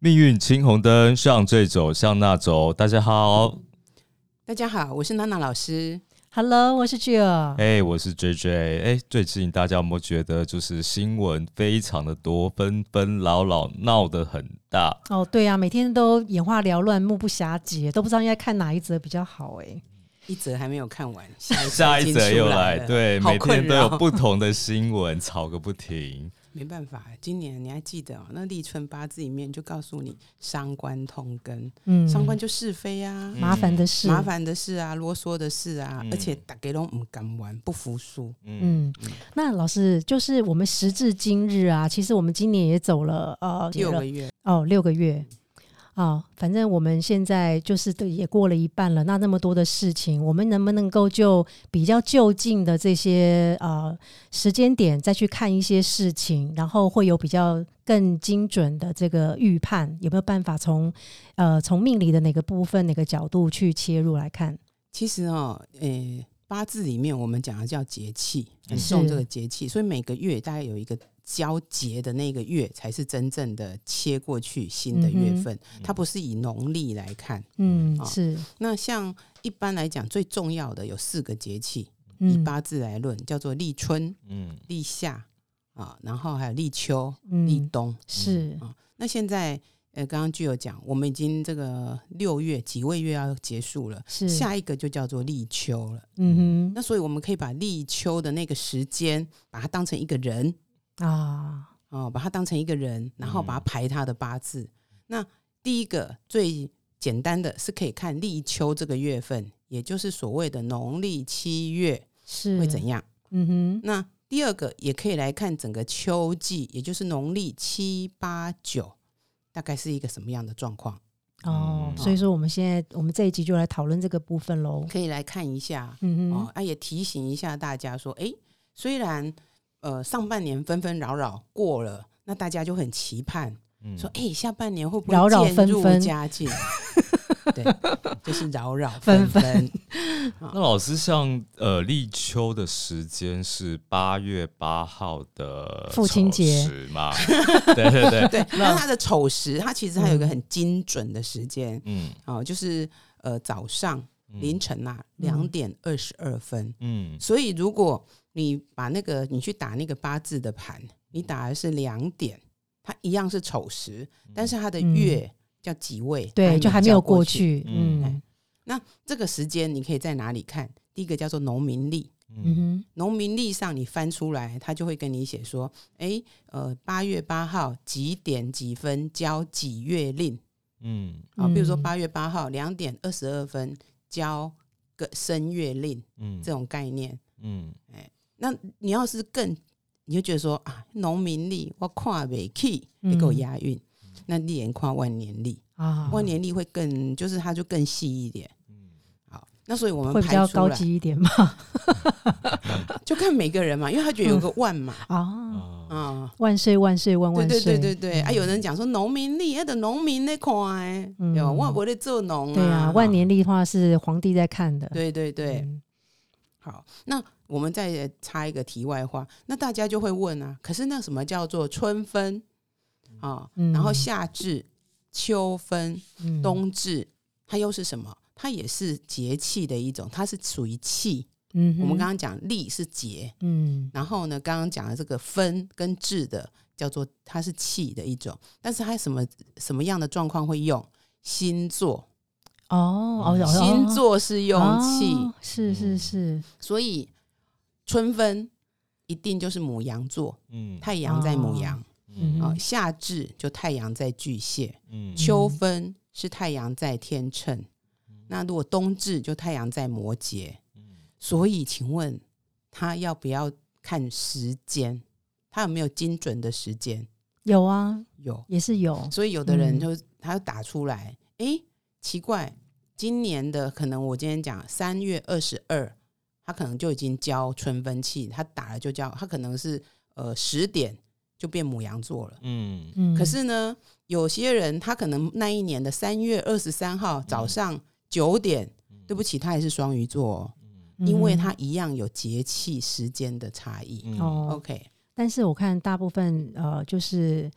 命运青红灯，向这走，向那走。大家好，大家好，我是娜娜老师。 Hello，我是 Jill。哎、我是 J J。哎，最近大家有没有觉得，就是新闻非常的多，纷纷扰扰，闹得很大。哦，对啊，每天都眼花缭乱，目不暇接，都不知道应该看哪一则比较好哎、一则还没有 看完，下一下一则则又来来，了，对，好每困天都有扰不同的新闻，吵个不停。没办法。今年你还记得哦？那立春八字里面就告诉你伤官通根，嗯伤官就是非啊，麻烦的事，麻。烦的事啊，啰嗦的事啊，嗯而且打给龙唔敢玩，不服输。嗯，嗯，那老师，就是我们时至今日啊，其实我们今年也走了呃六个月，哦六个月嗯哦，反正我们现在就是都也过了一半了，那那么多的事情，我们能不能够就比较就近的这些呃时间点再去看一些事情，然后会有比较更精准的这个预判，有没有办法从呃从命理的哪个部分哪个角度去切入来看？其实哦，诶、八字里面我们讲的叫节气，嗯很是重这个节气，所以每个月大概有一个交节的那个月，才是真正的切过去新的月份。嗯它不是以农历来看。嗯，哦是那像一般来讲，最重要的有四个节气，以嗯八字来论，叫做立春、嗯，立夏啊，然后还有立秋、立嗯冬。是那现在。呃，刚刚具有讲，我们已经这个六月几位月要结束了，是下一个就叫做立秋了。嗯那所以我们可以把立秋的那个时间，把它当成一个人哼啊哦，把它当成一个人，然后把它排他的八字。那第一个最简单的是可以看立秋这个月份，也就是所谓的农历七月是会怎样。嗯哼那第二个也可以来看整个秋季，也就是农历七八九，大概是一个什么样的状况，哦嗯，所以说我们现在我们这一集就来讨论这个部分喽。可以来看一下。嗯哦哼，，啊，也提醒一下大家说，诶，虽然呃上半年纷纷扰扰过了，那大家就很期盼嗯说，哎诶，下半年会不扰会扰渐纷入纷佳境？ 对，就是扰扰纷 纷纷。那老师像呃立秋的时间是八月八号的父亲节丑时 嘛？对对对，对，那它的丑时，它其实它有一个嗯很精准的时间嗯，哦，就是呃早上嗯凌晨啊两嗯点二十二分。嗯所以如果你把那个你去打那个八字的盘，你打的是两点，它一样是丑时，但是它的月、叫己未，嗯对，就还没有叫过过。去。嗯嗯这个时间你可以在哪里看？第一个叫做农民历，嗯哼，农民历上你翻出来，它就会跟你写说，诶，呃，八月八号几点几分交几月令嗯啊？比如说嗯八月八号两点二十二分交个申月令嗯这种概念。嗯那你要是更，你就觉得说啊，农民历我跨北去，嗯你给我押韵，那你也跨万年历，啊，万年历会更，就是它就更细一点。好，那所以我会们比排较出高来级一点嘛？就看每个人嘛，因为他觉得有个万嘛， 啊，啊，啊，万岁万岁万对万对岁！对对对，啊，有人讲说农民历，那的农民那块，哎，嗯有我不在做农对啊，万，啊哦年历的话是皇帝在看的。对对对，嗯，好，那我们再插一个题外话，那大家就会问啊，可是那什么叫做春分啊？嗯然后夏至、秋分、嗯冬至，它又是什么？它也是节气的一种，它是属于气。嗯哼，我们刚刚讲历是节，嗯然后呢，刚刚讲的这个分跟至的叫做它是气的一种，但是它什么什么样的状况会用？星座，哦哦哦哦星座是用嗯气，哦是是是，所以春分一定就是母羊座，嗯太阳在母羊嗯啊、哼夏至就太阳在巨蟹，嗯秋分是太阳在天秤，嗯那如果冬至就太阳在摩羯。所以，请问他要不要看时间？他有没有精准的时间？有啊，有，也是有。所以有的人嗯就、他就打出来，诶，奇怪，今年的可能我今天讲三月二十二，他可能就已经交春分气，他打了就交，他可能是呃十点就变母羊座了。嗯嗯，可是呢，有些人他可能那一年的三月二十三嗯号早上九点，对不起，他也是双鱼座、哦，因为嗯他一样有节气时间的差异。嗯哦 OK，但是我看大部分呃，就是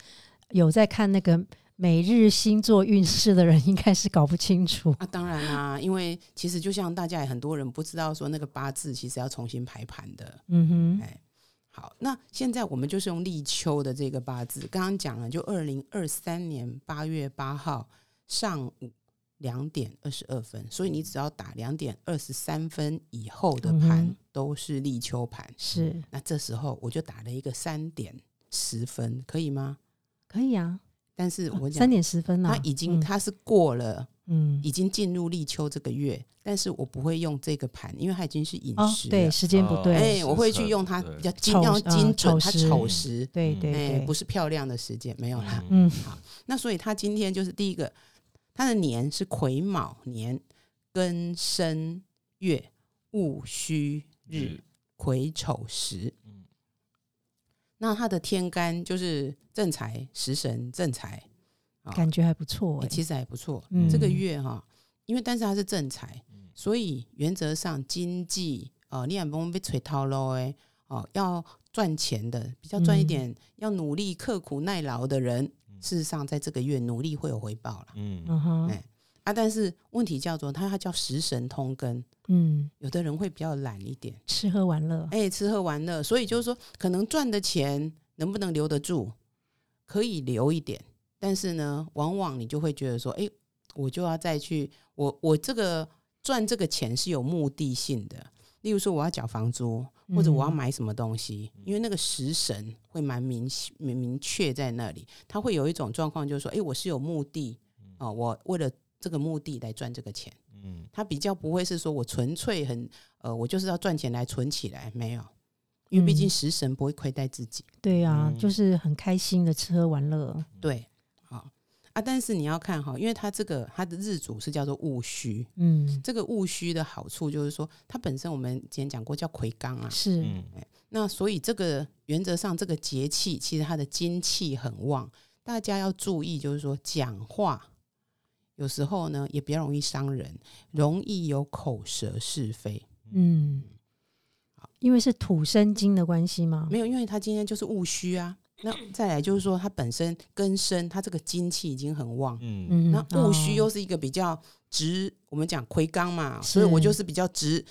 有在看那个每日星座运势的人，应该是搞不清楚。啊，当然啦、因为其实就像大家也很多人不知道说那个八字其实要重新排盘的。嗯哼，哎，好，那现在我们就是用立秋的这个八字，刚刚讲了，就二零二三年八月八号上午两点二十二分，所以你只要打两点二十三分以后的盘、嗯哼都是立秋盘。是那这时候我就打了一个三点十分，可以吗？可以啊，但是我讲三。点十分啊，它已经，嗯它是过了，嗯，已经进入立秋这个月，但是我不会用这个盘，因为它已经是饮哦食，了。对，时间不哦对，哎、时我会去辰用它对比较精丑要时精准，嗯丑它时丑时，对嗯对哎、对，不是漂亮的时间，没有啦。嗯那所以他今天就是第一个，他的年是癸卯年，庚申月戊戌日日癸丑时。嗯那他的天干就是正财、食神、正财，啊感觉还不错欸哎，其实还不错。嗯这个月哈，因为但是它是正财嗯，所以原则上经济哦，你也不用被吹套喽哎哦，要赚钱的，比较赚一嗯点，要努力刻苦耐劳的人，事实上在这个月努力会有回报啦。嗯，嗯哼哎，啊，但是问题叫做它它叫食神通根，嗯，有的人会比较懒一点，吃喝玩乐，哎，吃喝玩乐，所以就是说，可能赚的钱能不能留得住，可以留一点，但是呢，往往你就会觉得说，哎，我就要再去，我我这个赚这个钱是有目的性的，例如说我要缴房租，或者我要嗯买什么东西，因为那个食神会蛮明明明确在那里，他会有一种状况，就是说，哎，我是有目的啊、我为了这个目的来赚这个钱。嗯他比较不会是说我纯粹很呃，我就是要赚钱来存起来，没有，因为毕竟嗯食神不会亏待自己，对啊嗯，就是很开心的吃喝玩乐，对，好、啊，但是你要看哈，因为它这个它的日主是叫做戊戌，嗯，这个戊戌的好处就是说，它本身我们之前讲过叫魁罡啊，是，嗯那所以这个原则上这个节气其实它的精气很旺，大家要注意，就是说讲话有时候呢也比较容易伤人，容易有口舌是非。嗯，因为是土生金的关系嘛，没有，因为他今天就是戊戌啊。那再来就是说，他本身根生，他这个精气已经很旺。嗯嗯，那戊戌又哦是一个比较直，我们讲魁罡嘛，所以我是就是比较直，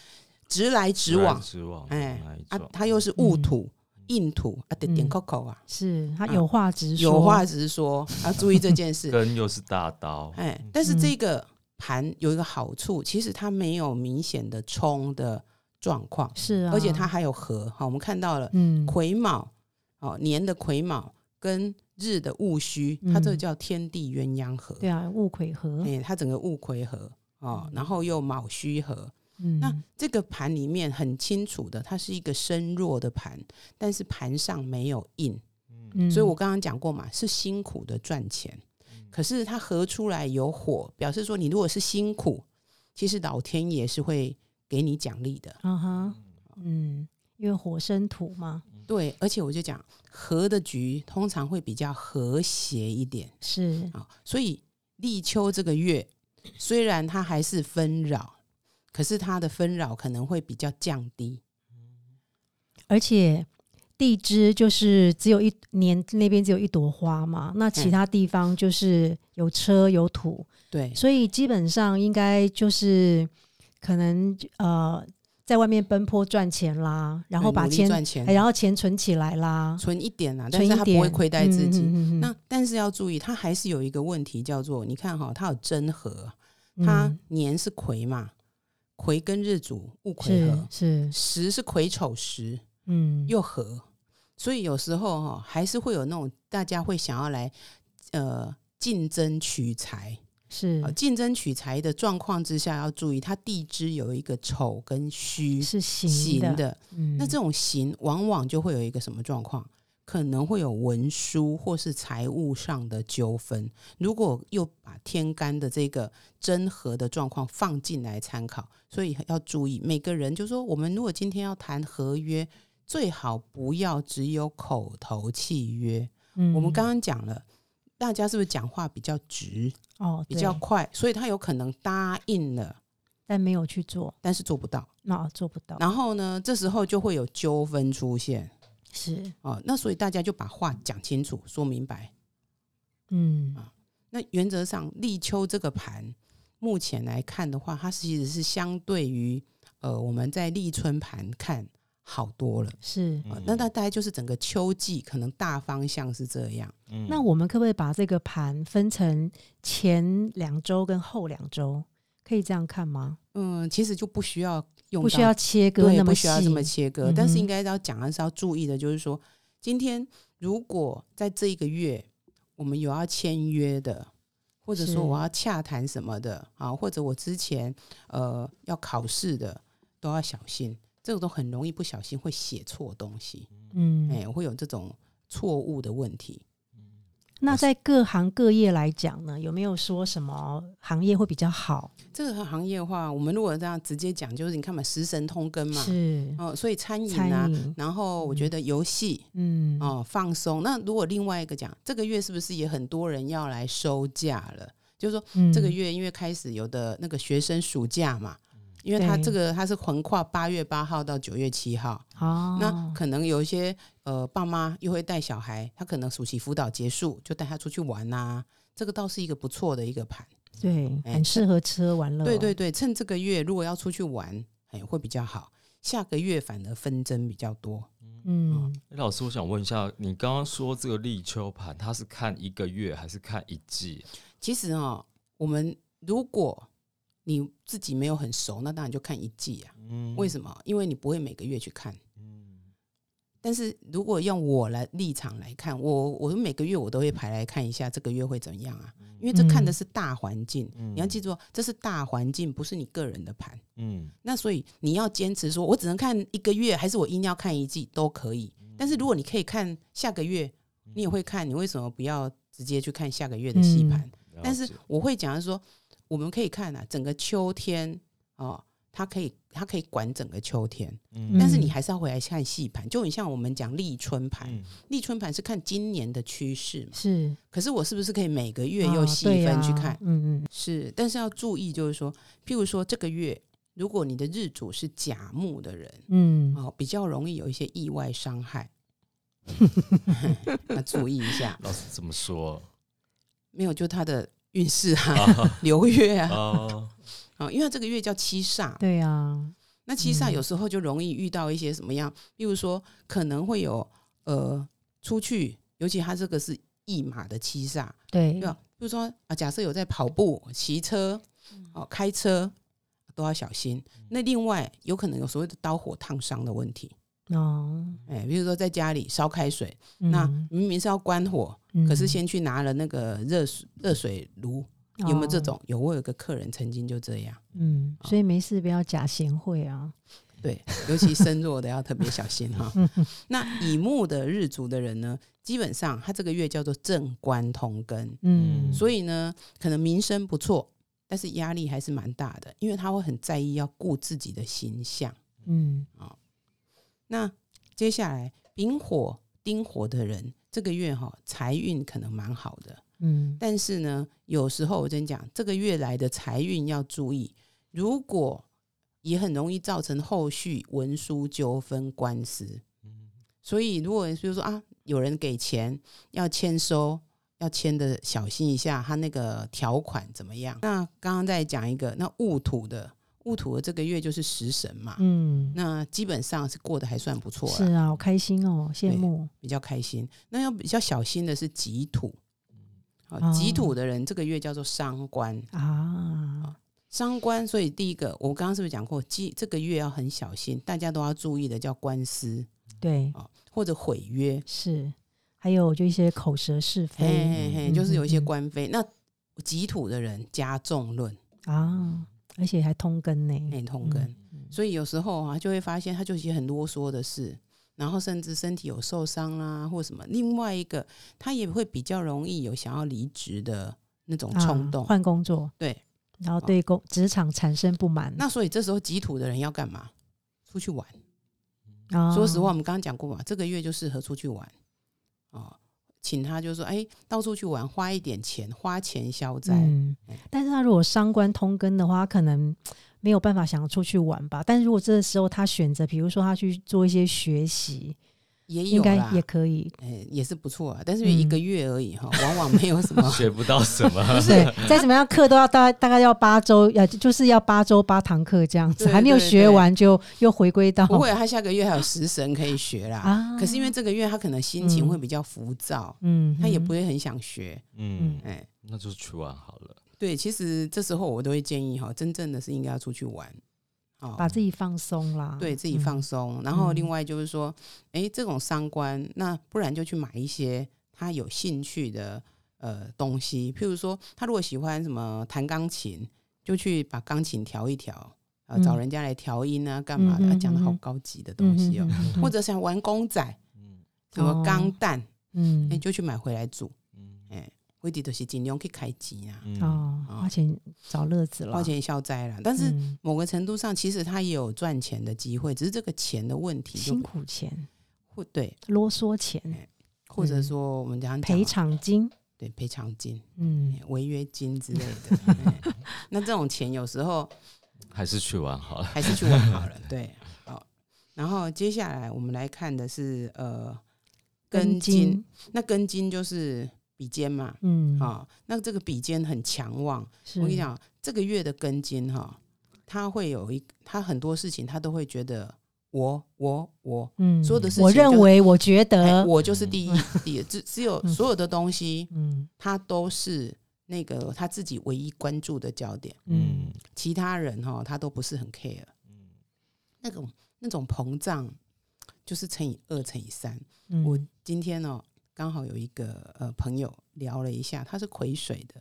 直来直来往。直往，哎哪一啊种，他又是戊嗯土、硬土啊，点点嗯 Coco 啊，是他啊有话直说，有话直说，要注意这件事。根又是大刀，哎，但是嗯这个盘有一个好处，其实它没有明显的冲的状况，是啊，而且它还有合。好，我们看到了。嗯癸卯哦，年的癸卯跟日的戊戌，它这个嗯叫天地鸳鸯合，对啊，戊癸合，哎、它整个戊癸合哦，然后又卯戌合。嗯，那这个盘里面很清楚的，它是一个身弱的盘，但是盘上没有印，嗯所以我刚刚讲过嘛，是辛苦的赚钱，可是它合出来有火，表示说你如果是辛苦，其实老天爷是会给你奖励的。啊哈，嗯，因为火生土嘛，对，而且我就讲和的局通常会比较和谐一点。是，啊，所以立秋这个月虽然它还是纷扰，可是它的纷扰可能会比较降低。而且地支就是只有一年那边只有一朵花嘛，那其嗯他地方就是有车有土，对，所以基本上应该就是可能呃在外面奔波赚钱啦，然后对把努力钱赚钱，哎然后钱存起来啦，存一点啊，但存是它一不点会亏待自己。嗯嗯嗯嗯那但是要注意，它还是有一个问题叫做，你看哈、它有真合，它嗯年是癸嘛，癸跟日主戊癸合，是是时是癸丑时嗯又合，所以有时候哈、还是会有那种大家会想要来呃竞争取财。是啊，竞争取材的状况之下，要注意它地支有一个丑跟戌是行形的，的，嗯那这种形往往就会有一个什么状况？可能会有文书或是财务上的纠纷。如果又把天干的这个真合的状况放进来参考，所以要注意每个人，就说我们如果今天要谈合约，最好不要只有口头契约。嗯我们刚刚讲了，大家是不是讲话比较直？哦比较对快，所以他有可能答应了，但没有去做，但是做不到。那做不到，然后呢，这时候就会有纠纷出现是哦。那所以大家就把话讲清楚、说明白。嗯啊那原则上，立秋这个盘目前来看的话，它其实是相对于呃我们在立春盘看好多了。是。呃嗯那那大概就是整个秋季可能大方向是这样。嗯那我们可不可以把这个盘分成前两周跟后两周？可以这样看吗？嗯，其实就不需要用到，不需要切割对，那不么需细，要这么切割。但嗯是哼应该要讲的是要注意的，就是说，今天如果在这一个月我们有要签约的，或者是说我要洽谈什么的啊，或者我之前呃要考试的，都要小心，这个都很容易不小心会写错东西，嗯，哎、会有这种错误的问题。那在各行各业来讲呢，有没有说什么行业会比较好？这个行业的话，我们如果这样直接讲，就是你看嘛，食神通根嘛，是哦、所以餐饮啊餐，饮，然后我觉得游戏。嗯，哦，放松。那如果另外一个讲，这个月是不是也很多人要来收假了？就是说嗯这个月因为开始有的那个学生暑假嘛，因为他对这个他是横跨八月八号到九月七号，哦，那可能有一些呃爸妈又会带小孩，他可能暑期辅导结束就带他出去玩呐、这个倒是一个不错的一个盘。对，哎很适合吃喝玩乐哦，对对对，趁这个月如果要出去玩，哎会比较好。下个月反而纷争比较多，嗯，诶老师，我想问一下，你刚刚说这个立秋盘，它是看一个月还是看一季？其实哦，我们如果你自己没有很熟，那当然就看一季啊。嗯为么？什么？因为你不会每个月去看。嗯但是如果用我来立场来看，我我每个月我都会排来看一下这个月会怎样啊，因为这看的是大环境。嗯你要记住哦，这是大环境，不是你个人的盘。嗯那所以你要坚持说，我只能看一个月，还是我硬要看一季都可以。嗯但是如果你可以看下个月，你也会看，你为什么不要直接去看下个嗯月的戏盘？了但是解我会讲的是说，我们可以看啊，整个秋天哦，它可以它可以管整个秋天，嗯但是你嗯还是要回来看细盘，就很像我们讲立春盘，嗯立春盘是看今年的趋势嘛。是可是我是不是可以每个月啊又细对分去啊看？嗯嗯，是，但是要注意，就是说，譬如说这个月，如果你的日主是甲木的人。嗯，哦，比较容易有一些意外伤害， 要注意一下。老师怎么说？没有，就他的运势 啊、啊流月啊，啊，啊，因为它这个月叫七煞，对啊，那七煞嗯有时候就容易遇到一些什么样，比如说可能会有呃出去，尤其它这个是驿马的七煞，对对，吧？比如说啊，假设有在跑步、骑车、嗯哦、开车都要小心。那另外有可能有所谓的刀火烫伤的问题，哦，哎，比如说在家里烧开水，嗯那明明是要关火，可是嗯先去拿了那个热水热水炉，有没有这哦种？有，我有个客人曾经就这样。嗯，所以没事不要假贤惠啊。对，尤其身弱的要特别小心哈。那乙木的日主的人呢，基本上他这个月叫做正官同根，嗯，所以呢，可能名声不错，但是压力还是蛮大的，因为他会很在意要顾自己的形象。嗯那接下来丙火、丁火的人，这个月哈、财运可能蛮好的，嗯但是呢，有时候我跟你讲，这个月来的财运要注意，如果也很容易造成后续文书纠纷官司。所以，如果比如说啊，有人给钱要签收，要签的小心一下，他那个条款怎么样？那刚刚再讲一个，那戊土的戊土的这个月就是食神嘛，嗯，那基本上是过得还算不错是了，啊，好开心哦，羡对慕。比较开心。那要比较小心的是己土，哦啊，己土的人这个月叫做伤官，哦啊，伤官，所以第一个，我刚刚是不是讲过，今这个月要很小心，大家都要注意的叫官司对，啊、哦或者毁约，是，还有就一些口舌是嘿非嘿嘿，就是有一些嗯官非。那己土的人加重论，啊，而且还通根呢，内痛根，嗯所以有时候啊，就会发现他就一些很啰嗦的事，然后甚至身体有受伤啦、或什么。另外一个，他也会比较容易有想要离职的那种啊冲动。换工作，对，哦然后对工职场产生不满。那所以这时候己土的人要干嘛？出去玩。啊说实话，我，们刚刚讲过嘛，这个月就适合出去玩哦，请他就说，哎，到处去玩，花一点钱，花钱消灾。嗯，但是他如果伤官通根的话，他可能没有办法想要出去玩吧。但是如果这时候他选择，比如说他去做一些学习，也应有该啦，也嗯 可以。哎也是不错啊，但是一个月而已哈，往往没有什 么学不到什么。对，再怎么样课都要大大概要八周，呃，就是要八周八堂课这样子，对还没有对学对完就又回归到不会，啊他下个月还有食神可以学啦。啊可是因为这个月他可能心情会比较浮躁，嗯，他也不嗯会很想学。嗯嗯，哎、那就去玩好了。对，其实这时候我都会建议哈，真正的是应该要出去玩，哦好、嗯把自己放松啦，对自己嗯放松。然后嗯另外就是说，哎、这种三观，那不然就去买一些他有兴趣的呃东西，譬如说他如果喜欢什么弹钢琴，就去把钢琴调一调。啊，嗯找人家来调音啊，干嘛的？啊嗯嗯讲的好嗯嗯高级的东西哦，嗯嗯嗯或者想玩公仔，嗯什么钢蛋，哦嗯哎、就去买回来煮。嗯哎、我弟都是尽量去开机啊，嗯，哦，啊花钱找乐子了，花钱消灾啦。但是嗯某个程度上，其实他也有赚钱的机会，只是这个钱的问题就辛苦钱、或对，啰嗦钱、或者说我们讲嗯赔偿金，对赔偿金、嗯哎，违约金之类的。哎那这种钱有时候还是去玩好了。还是去玩好 了。对，好。然后接下来我们来看的是呃根筋筋，，那根筋就是比肩嘛，嗯，啊、那这个比肩很强旺，是，我跟你讲，这个月的根金哈，他会有一，他很多事情他都会觉得我我我，嗯，所有的事情我就认是为，嗯我觉哎得，我就是第一，第一只只有所有的东西，嗯他都是那个他自己唯一关注的焦点，嗯嗯，其他人哈他都不是很 care，嗯那种那种膨胀就是乘以二乘以三。嗯，我今天哦，刚好有一个呃朋友聊了一下，他是癸水的，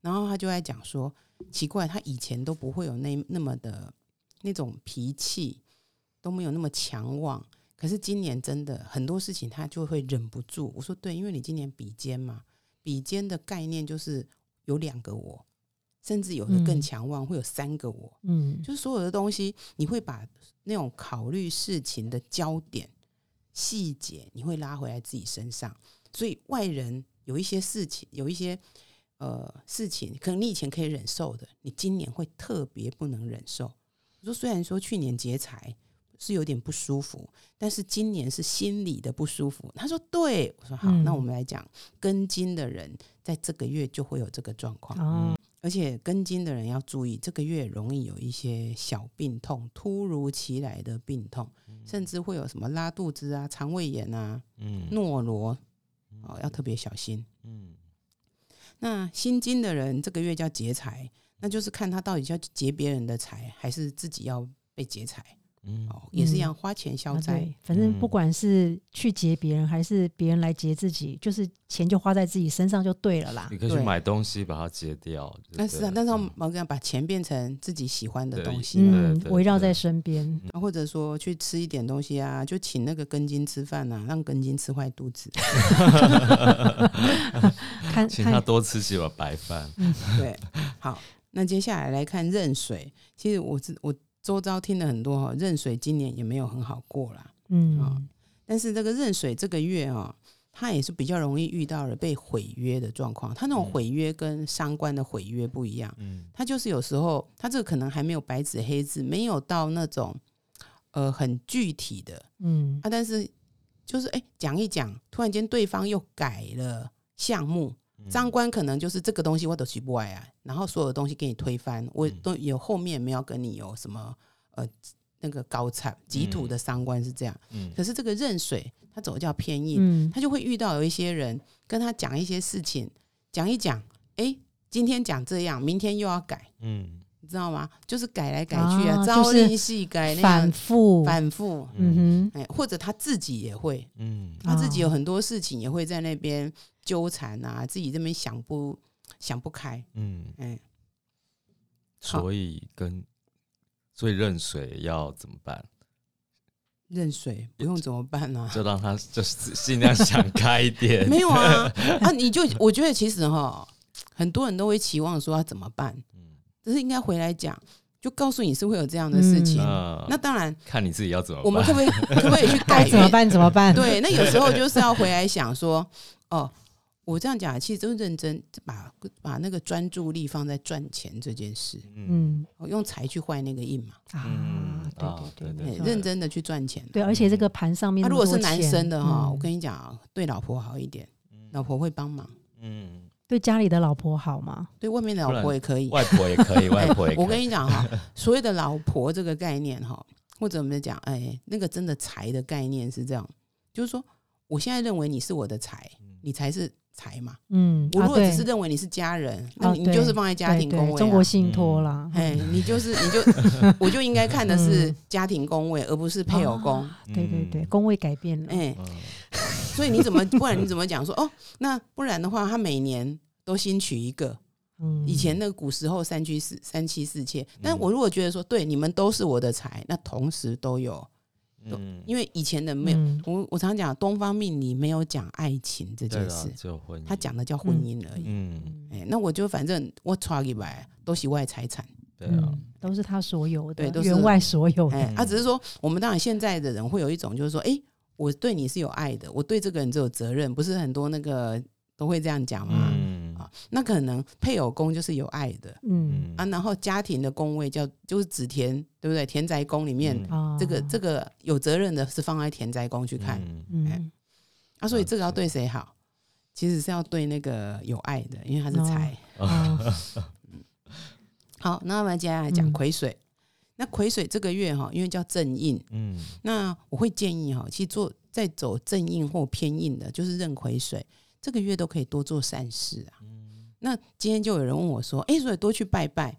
然后他就在讲说，奇怪，他以前都不会有那那么的那种脾气，都没有那么强旺，可是今年真的很多事情他就会忍不住。我说对，因为你今年比肩嘛，比肩的概念就是有两个我，甚至有的更嗯强旺，会有三个我。嗯就是所有的东西，你会把那种考虑事情的焦点、细节，你会拉回来自己身上。所以外人有一些事情，有一些呃事情，可能你以前可以忍受的，你今年会特别不能忍受。我说，虽然说去年劫财是有点不舒服，但是今年是心理的不舒服。他说对，我说好，嗯那我们来讲根筋的人，在这个月就会有这个状况。哦，而且根筋的人要注意，这个月容易有一些小病痛，突如其来的病痛，甚至会有什么拉肚子啊、肠胃炎啊、嗯诺罗哦，要特别小心。嗯那心金的人这个月叫劫财，那就是看他到底要劫别人的财，还是自己要被劫财嗯哦，也是一样花钱消啊灾。对，反正不嗯管是去劫别人，还是别人来劫自己，就是钱就花在自己身上就对了啦你。可以去对买东西把它截掉。但是啊，对但是要嗯毛这样把钱变成自己喜欢的对东西嘛，嗯对，对围绕对嗯在身边，啊或者说去吃一点东西啊，就请那个根筋吃饭啊，让根筋吃坏肚子。看请他看，多吃几碗白饭。对，好，那接下来来看壬水。其实我知我周遭听了很多哈、壬水今年也没有很好过啦。啊嗯，但是这个壬水这个月哦，它也是比较容易遇到了被毁约的状况。它那嗯种毁约跟伤官的毁约不一样，嗯它就是有时候它这个可能还没有白纸黑字，没有到那种呃很具体的嗯，啊，但是就是哎讲一讲，突然间对方又改了项目，嗯张官可能就是这个东西我都取不来啊，然后所有东西给你推翻，我嗯都有后面没有跟你有什么呃那个高产极土的伤官是这样，嗯可是这个壬水它走叫偏硬，嗯他就会遇到有一些人跟他讲一些事情，讲一讲，诶，今天讲这样，明天又要改，嗯你知道吗？就是改来改去啊，啊朝就是令夕改那反样复，反复，嗯哎、或者他自己也会，嗯他自己哦有很多事情也会在那边纠缠啊，自己这边想不想不开，嗯，嗯，好所以跟所以认水要怎么办？认水不用怎么办啊？就让他就是尽量想开一点。 没有 啊，啊，你就我觉得其实哈，很多人都会期望说要怎么办，嗯，只是应该回来讲，就告诉你是会有这样的事情。那那当然，嗯看你自己要怎么办。我们可不可以可不可以去该改怎么变？办？怎么办？对，那有时候就是要回来想说，哦，我这样讲其实都认真，把把那个专注力放在赚钱这件事，嗯嗯哦用财去换那个印嘛。啊嗯，对啊对对没对嗯错认真的去赚钱。对，而且这个盘上面那那如么果多是钱，男生的哈，嗯我跟你讲啊，对老婆好一点，嗯老婆会帮忙，嗯，对家里的老婆好吗？对外面的老不婆然也可以。外婆也可以， 哎外婆也可以。我跟你 讲哈，所谓的老婆这个概念哈，或者我们讲，哎，那个真的财的概念是这样，就是说，我现在认为你是我的财，你才是财嘛。嗯，我啊如果只对是认为你是家人，那啊你你对就是放在家对庭对工位、中啊国。信托啦，嗯哎，你就是你 就我就应该看的是嗯家庭工位，而不是配偶工。啊对对对，嗯工位改变了，哎，嗯所以你怎么 不然你怎么讲说哦？那不然的话，他每年都新娶一个。嗯，以前那个古时候三妻四三妻四妾，但嗯我如果觉得说对你们都是我的财，那同时都有，嗯因为以前的没有。嗯我我常讲东方命理没有讲爱情这对件啦事，只有婚姻，他讲的叫婚姻而已。嗯，哎、那我就反正我抓一百都是外财产，对啊，嗯，都是他所有的对，都是员外所有的，哎、他、嗯只是说我们当然现在的人会有一种就是说，哎、我对你是有爱的，我对这个人只有责任，不是很多那个都会这样讲嘛、嗯啊，那可能配偶宫就是有爱的，嗯啊，然后家庭的宫位叫就是子田，对不对？田宅宫里嗯面、啊，这个这个有责任的是放在田宅宫去看、嗯嗯啊，所以了这个要解对谁好？其实是要对那个有爱的，因为他是哦财。 啊好，那我们接下来讲嗯癸水。那癸水这个月哈，因为叫正印，嗯那我会建议哈，其实做在走正印或偏印的，就是壬癸水，这个月都可以多做善事啊。那今天就有人问我说，哎、所以多去拜拜。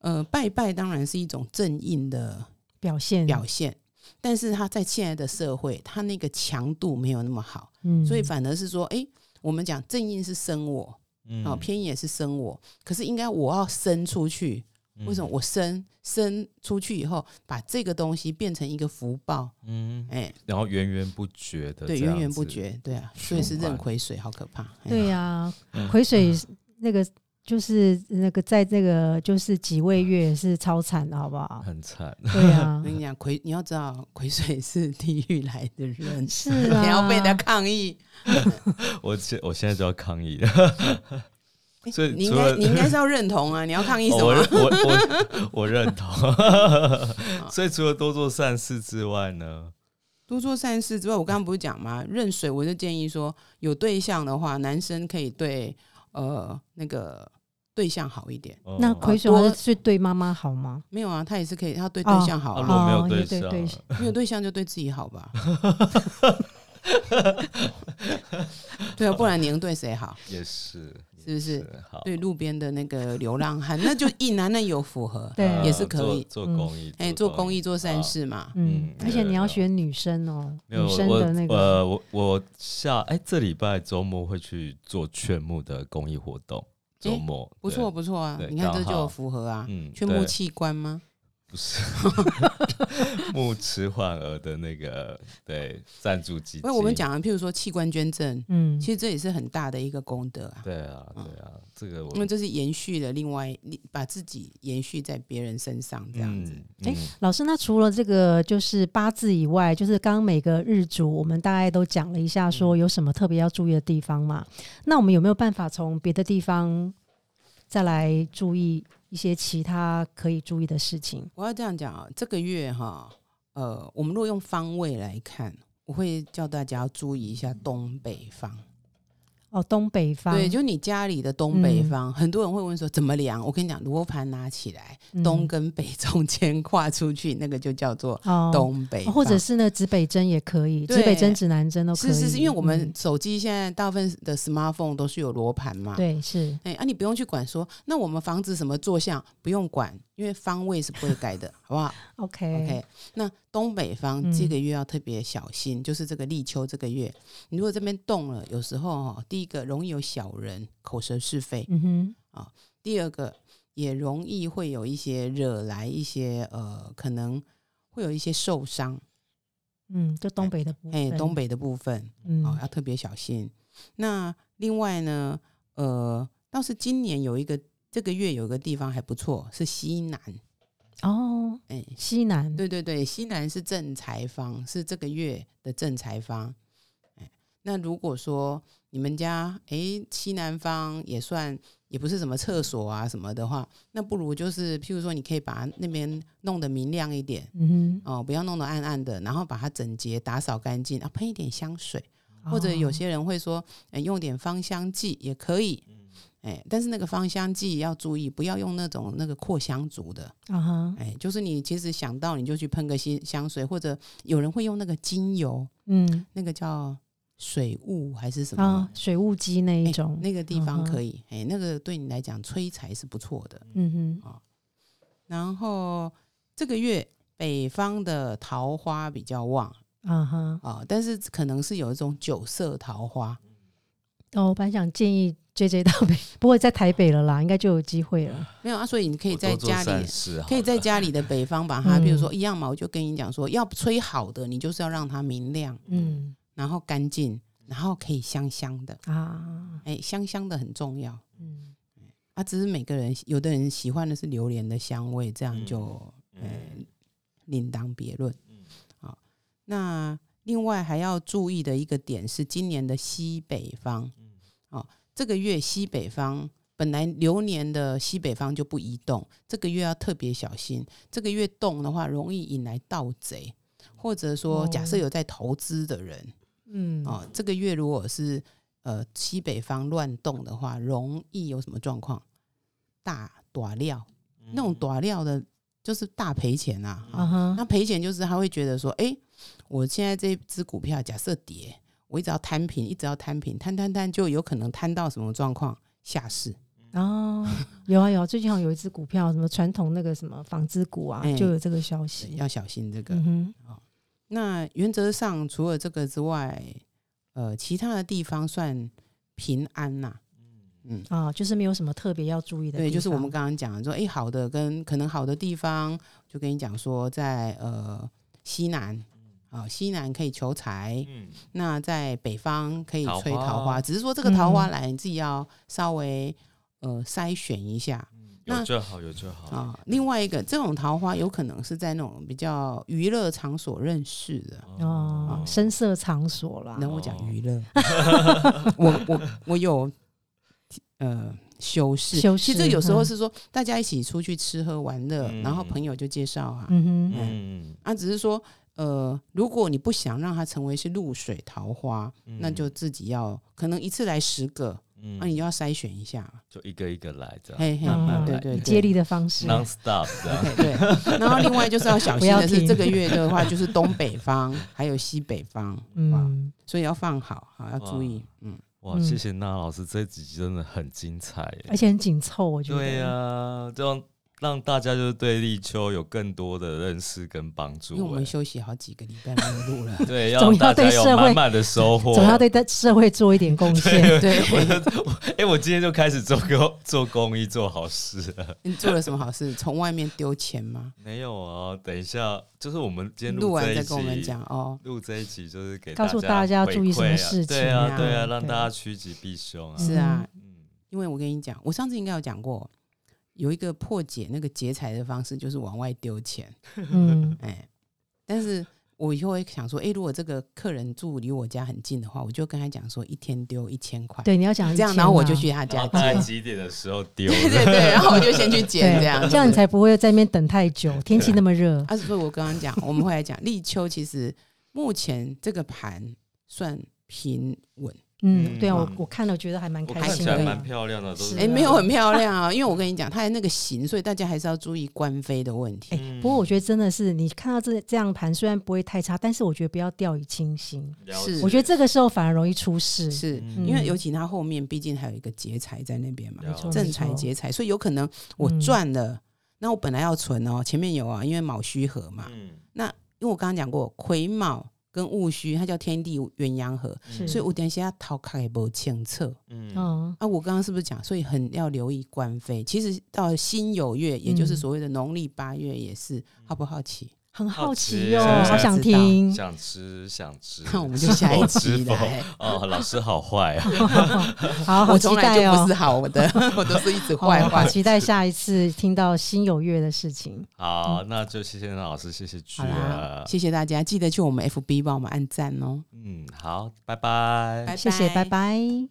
呃，拜拜当然是一种正印的表现表现，但是他在现在的社会，他那个强度没有那么好，嗯，所以反而是说，哎、我们讲正印是生我，嗯啊、偏印也是生我，可是应该我要生出去，嗯为什么？我生生出去以后，把这个东西变成一个福报，嗯，哎、然后源源不绝的，对，源源不。绝，对啊，所以是循环壬癸水，好可怕，哎对呀，癸水嗯那个就是那个在那个就是几位月是超惨的，好不 好？很惨，对呀 我，跟你讲，癸你要知道，癸水是地狱来的人，是啊，你要被人家抗议。我现我现在就要抗议了。哎 所以你应除该了哦你应该是要认同啊，你要抗议什我么？认我 我我认同。哦所以除了多做善事之外呢，多做善事之外，我刚刚不是讲吗？认水，我就建议说，有对象的话，男生可以对呃那个对象好一点。哦那以葵水多花是对妈妈好吗？没有啊，他也是可以，他对哦对象好啊如啊，果没有哦对也对象对没有对象就对自己 好吧。对啊，不然你能对谁好？也是，是不是？好，对路边的那个流浪汉，那就一男那有符合，对啊也是可以做做嗯公益，哎，做公益做善事嘛。嗯啊嗯，而且你要对对选女生哦，没有女生我的那个呃，我我下哎、这礼拜周末会去做劝募的公益活动，周哎末、不对错，不错啊对，你看这就刚好有符合啊。嗯，去募对器官吗？不是 募迟缓儿的那个对赞助基因金，为我们讲，的，譬如说器官捐赠，嗯，其实这也是很大的一个功德啊，对啊嗯对啊，这个我因为这是延续了另外，你把自己延续在别人身上这样子。哎、哎老师，那除了这个就是八字以外，就是刚刚每个日主我们大概都讲了一下，嗯说有什么特别要注意的地方嘛？那我们有没有办法从别的地方再来注意一些其他可以注意的事情？我要这样讲啊，这个月哈，呃，我们如果用方位来看，我会叫大家要注意一下东北方。哦，东北方，嗯对，就你家里的东北方，很多人会问说怎么量？我跟你讲，罗盘拿起来，嗯东跟北 中间跨出去，那个就叫做哦东北哦方、或者是那指北针也可以，对指北针、指南针都可以。是是是，因为我们嗯手机现在大部分的 smartphone 都是有罗盘嘛，对是哎、啊，你不用去管说，那我们房子什么坐向不用管，因为方位是不会改的，好不 好 OK ？OK，那东北方嗯这个月要特别小心，就是这个立秋这个月，你如果这边动了，有时候哦，第一个容易有小人口舌是非，嗯哼，第二个也容易会有一些惹来一些呃，可能会有一些受伤，嗯，就东北的部哎、分，东北的部分嗯哦，要特别小心。那另外呢，呃，倒是今年有一个。这个月有一个地方还不错，是西南。哦哎、西南对对对，西南是正财方，是这个月的正财方。哎，那如果说你们家哎西南方也算也不是什么厕所啊什么的话，那不如就是譬如说，你可以把那边弄得明亮一点嗯哦，不要弄得暗暗的，然后把它整洁打扫干净啊，喷一点香水，哼，或者有哦些人会说，哎、用点芳香剂也可以。哎、但是那个芳香剂要注意，不要用那种那个扩香族的。啊哈，哎、就是你其实想到你就去喷个新香水，或者有人会用那个精油，嗯那个叫水雾还是什么？啊，水雾机那一哎种，那个地方嗯哼可以，哎、那个对你来讲催财是不错的。嗯哼，然后这个月北方的桃花比较旺啊哈。啊、但是可能是有一种酒色桃花，哦，我本来想建议 J J 到北， 不过在台北了啦，应该就有机会了。没有啊，所以你可可以在家里，事好可以在了家里的北方把它，嗯比如说一样嘛，我就跟你讲说，要吹好的，你就是要让它明亮，嗯然后干净，然后可以香香的，啊，哎，香香的很重要嗯啊。只是每个人，有的人喜欢的是榴莲的香味，这样嗯就呃嗯另当别论。好，那另外还要注意的一个点是，今年的西北方，嗯哦，这个月西北方本来流年的西北方就不移动，这个月要特别小心。这个月动的话，容易引来盗贼，或者说假设哦有在投资的人，嗯哦，这个月如果是呃西北方乱动的话，容易有什么状况？大短料，嗯那种短料的，就是大赔钱啊！啊啊哈那赔钱就是他会觉得说，诶，我现在这只股票假设跌，我一直要摊平，一直要摊平，摊摊摊，就有可能摊到什么状况下市。哦，有啊有啊，最近好像有一只股票，什么传统那个什么纺织股啊，哎就有这个消息。要小心这个。嗯哼，那原则上除了这个之外，呃，其他的地方算平安呐、嗯，啊，就是没有什么特别要注意的地方。对，就是我们刚刚讲的说，诶，好的跟可能好的地方，就跟你讲说在呃西南。嗯啊、西南可以求财，嗯那在北方可以桃吹桃花花，只是说这个桃花嗯来你自己要稍微呃筛选一下那嗯有就好，有就好。啊。另外一个，这种桃花有可能是在那种比较娱乐场所认识的。啊哦，深色场所啦。能我讲娱 乐？我我我有呃修饰，修其实饰有时候嗯是说大家一起出去吃喝玩乐，然后嗯朋友就介绍啊，嗯哼，嗯，啊，只是说呃，如果你不想让它成为是露水桃花，嗯那就自己要可能一次来十个，嗯那、你就要筛选一下。啊就一个一个来，这样哎嘿嘿，慢慢嗯对来对对，啊接力的方式。 non stop 这样。 OK，对，然后另外就是要小心的不要是，停这个月的话就是东北方还有西北方，哇，嗯，所以要放好，好要注意，嗯，哇，嗯谢谢娜老师，这一集真的很精彩耶。而且很紧凑，我觉得。对啊呀，这样让大家就是对立秋有更多的认识跟帮助因为我们耶。，休息好几个礼拜没有录了 对，总要要大家对有社会满满的收获。总要对社会做一点贡 献。对，哎，我今天就开始做公做公益做好事了。你做了什么好事？从外面丢钱吗？没有啊，等一下，就是我们今天录完这一再集，跟我们讲哦。录这一集就是给告诉大大家要注意什么回馈啊事情对啊，啊对啊，对让大家趋吉避凶啊。是啊，嗯，因为我跟你讲，我上次应该有讲过，有一个破解那个劫财的方式就是往外丢钱，嗯哎，但是。我以后会想说，哎、如果这个客人住离我家很近的话，我就跟他讲说，一天丢一千块，对，你要讲一这样，千然后我就啊去他 然家后大概接。几点的时候丢？对对对，然后我就先去捡对，这样子，这样你才不会在那边等太久。天气那么热，啊，所以我刚刚讲，我们会来讲立秋，其实目前这个盘算平稳，嗯，对啊，嗯我我看了觉得还蛮我开看心起来蛮的。漂亮的，都是是哎、没有很漂亮啊，因为我跟你讲，它的那个形，所以大家还是要注意官非的问题。嗯哎不过我觉得真的是，你看到这这样盘虽然不会太差，但是我觉得不要掉以轻心。嗯了是解我觉得这个时候反而容易出事。是嗯因为尤其它后面毕竟还有一个劫财在那边嘛，了解正财劫财，所以有可嗯能我赚了，那我本来要存哦，前面有啊，因为卯戌合嘛，嗯，因为我刚刚讲过癸卯跟戊戌，它叫天地鸳鸯合，是所以我等一下头壳也无清澈。嗯嗯，啊，我刚刚是不是讲，所以很要留意官非？其实到辛酉月，也就是嗯所谓的农历八月，也是、嗯好不好奇？很好奇好哟，奇耶好想听。想吃想吃，那 我们就下一集知否来。哦，老师好坏啊，好 好我期从来就待不哦是，好的， 我都是一直哦坏好坏。期待下一次听到新有月的事情。好，那就谢谢娜老师，谢谢菊好啦儿，，谢谢大家，记得去我们 FB 帮我们按赞哦。嗯，好，拜拜，拜谢谢，拜拜。